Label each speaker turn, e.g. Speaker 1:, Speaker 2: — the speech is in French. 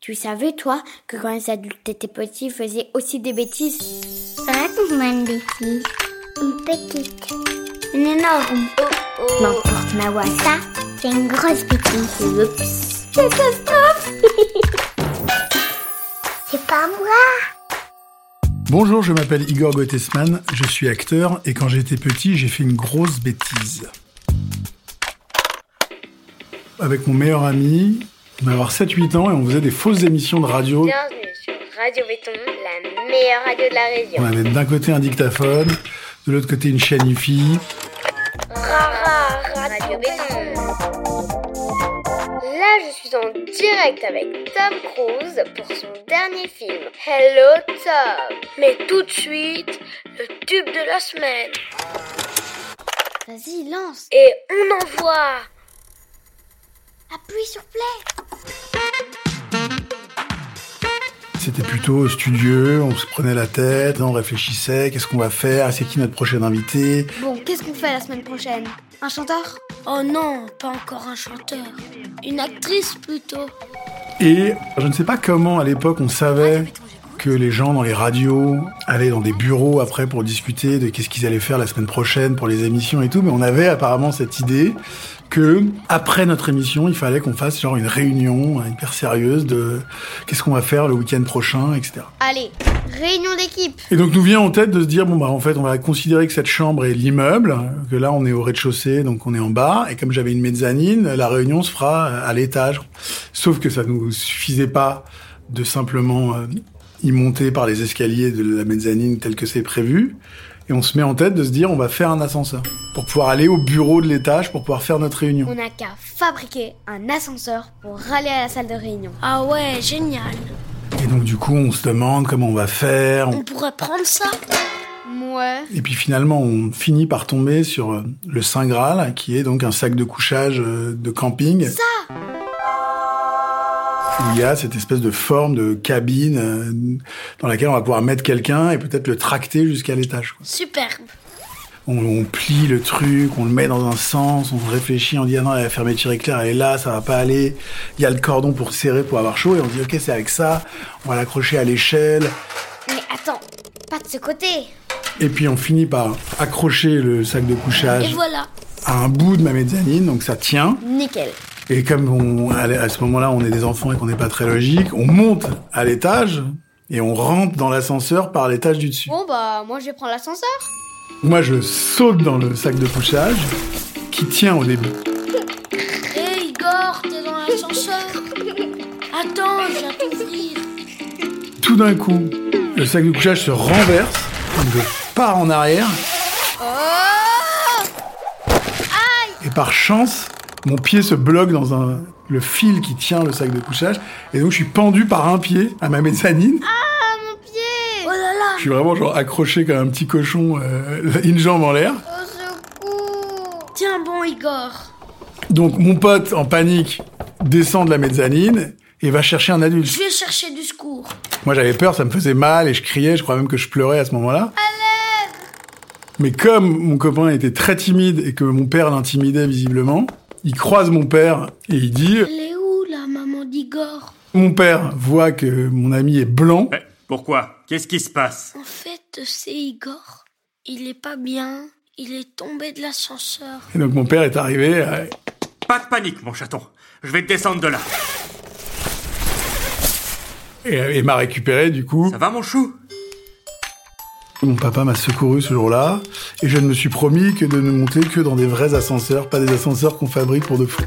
Speaker 1: Tu savais, toi, que quand les adultes étaient petits, ils faisaient aussi des bêtises
Speaker 2: Raconte-moi une bêtise. Une petite. Une énorme.
Speaker 1: Oh, N'importe ma voix.
Speaker 2: Ça, c'est une grosse bêtise.
Speaker 1: Oups.
Speaker 2: Catastrophe C'est pas moi
Speaker 3: Bonjour, je m'appelle Igor Gottesman, je suis acteur et quand j'étais petit, j'ai fait une grosse bêtise. Avec mon meilleur ami, on devait avoir 7-8 ans et on faisait des fausses émissions de radio.
Speaker 4: Bienvenue sur Radio Béton, la meilleure radio de la région.
Speaker 3: On avait d'un côté un dictaphone, de l'autre côté une chaîne IFI.
Speaker 4: Rara, Radio Béton. Là, je suis en direct avec Tom Cruise pour son dernier film, Hello Tom. Mais tout de suite, le tube de la semaine.
Speaker 1: Vas-y, lance.
Speaker 4: Et on envoie.
Speaker 1: Appuie sur play.
Speaker 3: C'était plutôt studieux, on se prenait la tête, on réfléchissait, qu'est-ce qu'on va faire, c'est qui notre prochain invité.
Speaker 1: Bon, qu'est-ce qu'on fait la semaine prochaine Un chanteur
Speaker 5: Oh non, pas encore un chanteur. Une actrice plutôt.
Speaker 3: Et je ne sais pas comment à l'époque on savait que les gens dans les radios allaient dans des bureaux après pour discuter de qu'est-ce qu'ils allaient faire la semaine prochaine pour les émissions et tout, mais on avait apparemment cette idée que après notre émission, il fallait qu'on fasse genre une réunion hein, hyper sérieuse de qu'est-ce qu'on va faire le week-end prochain, etc.
Speaker 1: Allez, réunion d'équipe.
Speaker 3: Et donc nous vient en tête de se dire bon bah en fait on va considérer que cette chambre est l'immeuble, que là on est au rez-de-chaussée donc on est en bas et comme j'avais une mezzanine, la réunion se fera euh, à l'étage. Sauf que ça nous suffisait pas de simplement euh, y monter par les escaliers de la mezzanine tel que c'est prévu et on se met en tête de se dire on va faire un ascenseur pour pouvoir aller au bureau de l'étage pour pouvoir faire notre réunion.
Speaker 1: On n'a qu'à fabriquer un ascenseur pour aller à la salle de réunion.
Speaker 5: Ah ouais, génial.
Speaker 3: Et donc du coup on se demande comment on va faire. on-
Speaker 5: On pourrait prendre ça
Speaker 1: Mouais.
Speaker 3: Et puis finalement, on finit par tomber sur euh, le Saint Graal, qui est donc un sac de couchage euh, de camping. Ça Il y a cette espèce de forme de cabine euh, dans laquelle on va pouvoir mettre quelqu'un et peut-être le tracter jusqu'à l'étage. quoi.
Speaker 5: Superbe.
Speaker 3: On, on plie le truc, on le met dans un sens, on réfléchit, on dit ah non, elle va faire mes tirs éclairs, elle est là, ça va pas aller. Il y a le cordon pour serrer pour avoir chaud et on dit ok, c'est avec ça, on va l'accrocher à l'échelle.
Speaker 1: Mais attends, pas de ce côté.
Speaker 3: Et puis on finit par accrocher le sac de couchage.
Speaker 5: Et voilà.
Speaker 3: à un bout de ma mezzanine, donc ça tient.
Speaker 1: Nickel.
Speaker 3: Et comme on, à à ce moment-là, on est des enfants et qu'on n'est pas très logique, on monte à l'étage et on rentre dans l'ascenseur par l'étage du dessus.
Speaker 1: Bon bah, moi je vais prendre l'ascenseur.
Speaker 3: Moi, je saute dans le sac de couchage qui tient au début.
Speaker 5: Hé Igor, t'es dans l'ascenseur. Attends, je viens t'ouvrir.
Speaker 3: Tout d'un coup, le sac de couchage se renverse, donc je pars en arrière. et par chance, mon pied se bloque dans un, le fil qui tient le sac de couchage, et donc je suis pendu par un pied à ma mezzanine.
Speaker 5: Oh là là.
Speaker 3: Je suis vraiment genre accroché comme un petit cochon, euh, une jambe en l'air.
Speaker 5: Tiens bon Igor.
Speaker 3: Donc mon pote, en panique, descend de la mezzanine et va chercher un
Speaker 5: Je
Speaker 3: adulte.
Speaker 5: vais chercher du secours.
Speaker 3: Moi j'avais peur, ça me faisait mal et je criais, je crois même que je pleurais à ce moment-là. Mais comme mon copain était très timide et que mon père l'intimidait visiblement, il croise mon père et il dit
Speaker 5: Elle est où la maman d'Igor
Speaker 3: Mon père voit que mon ami est blanc.
Speaker 6: Eh, Pourquoi Qu'est-ce qui se passe
Speaker 5: En fait, c'est Igor. Il est pas bien. Il est tombé de l'ascenseur.
Speaker 3: Et donc mon père est arrivé. euh,
Speaker 6: Pas de panique, mon chaton. Je vais te descendre de là.
Speaker 3: Et, et m'a récupéré du coup.
Speaker 6: Ça va, mon chou
Speaker 3: Mon papa m'a secouru ce jour-là et je ne me suis promis que de ne monter que dans des vrais ascenseurs, pas des ascenseurs qu'on fabrique pour de fou.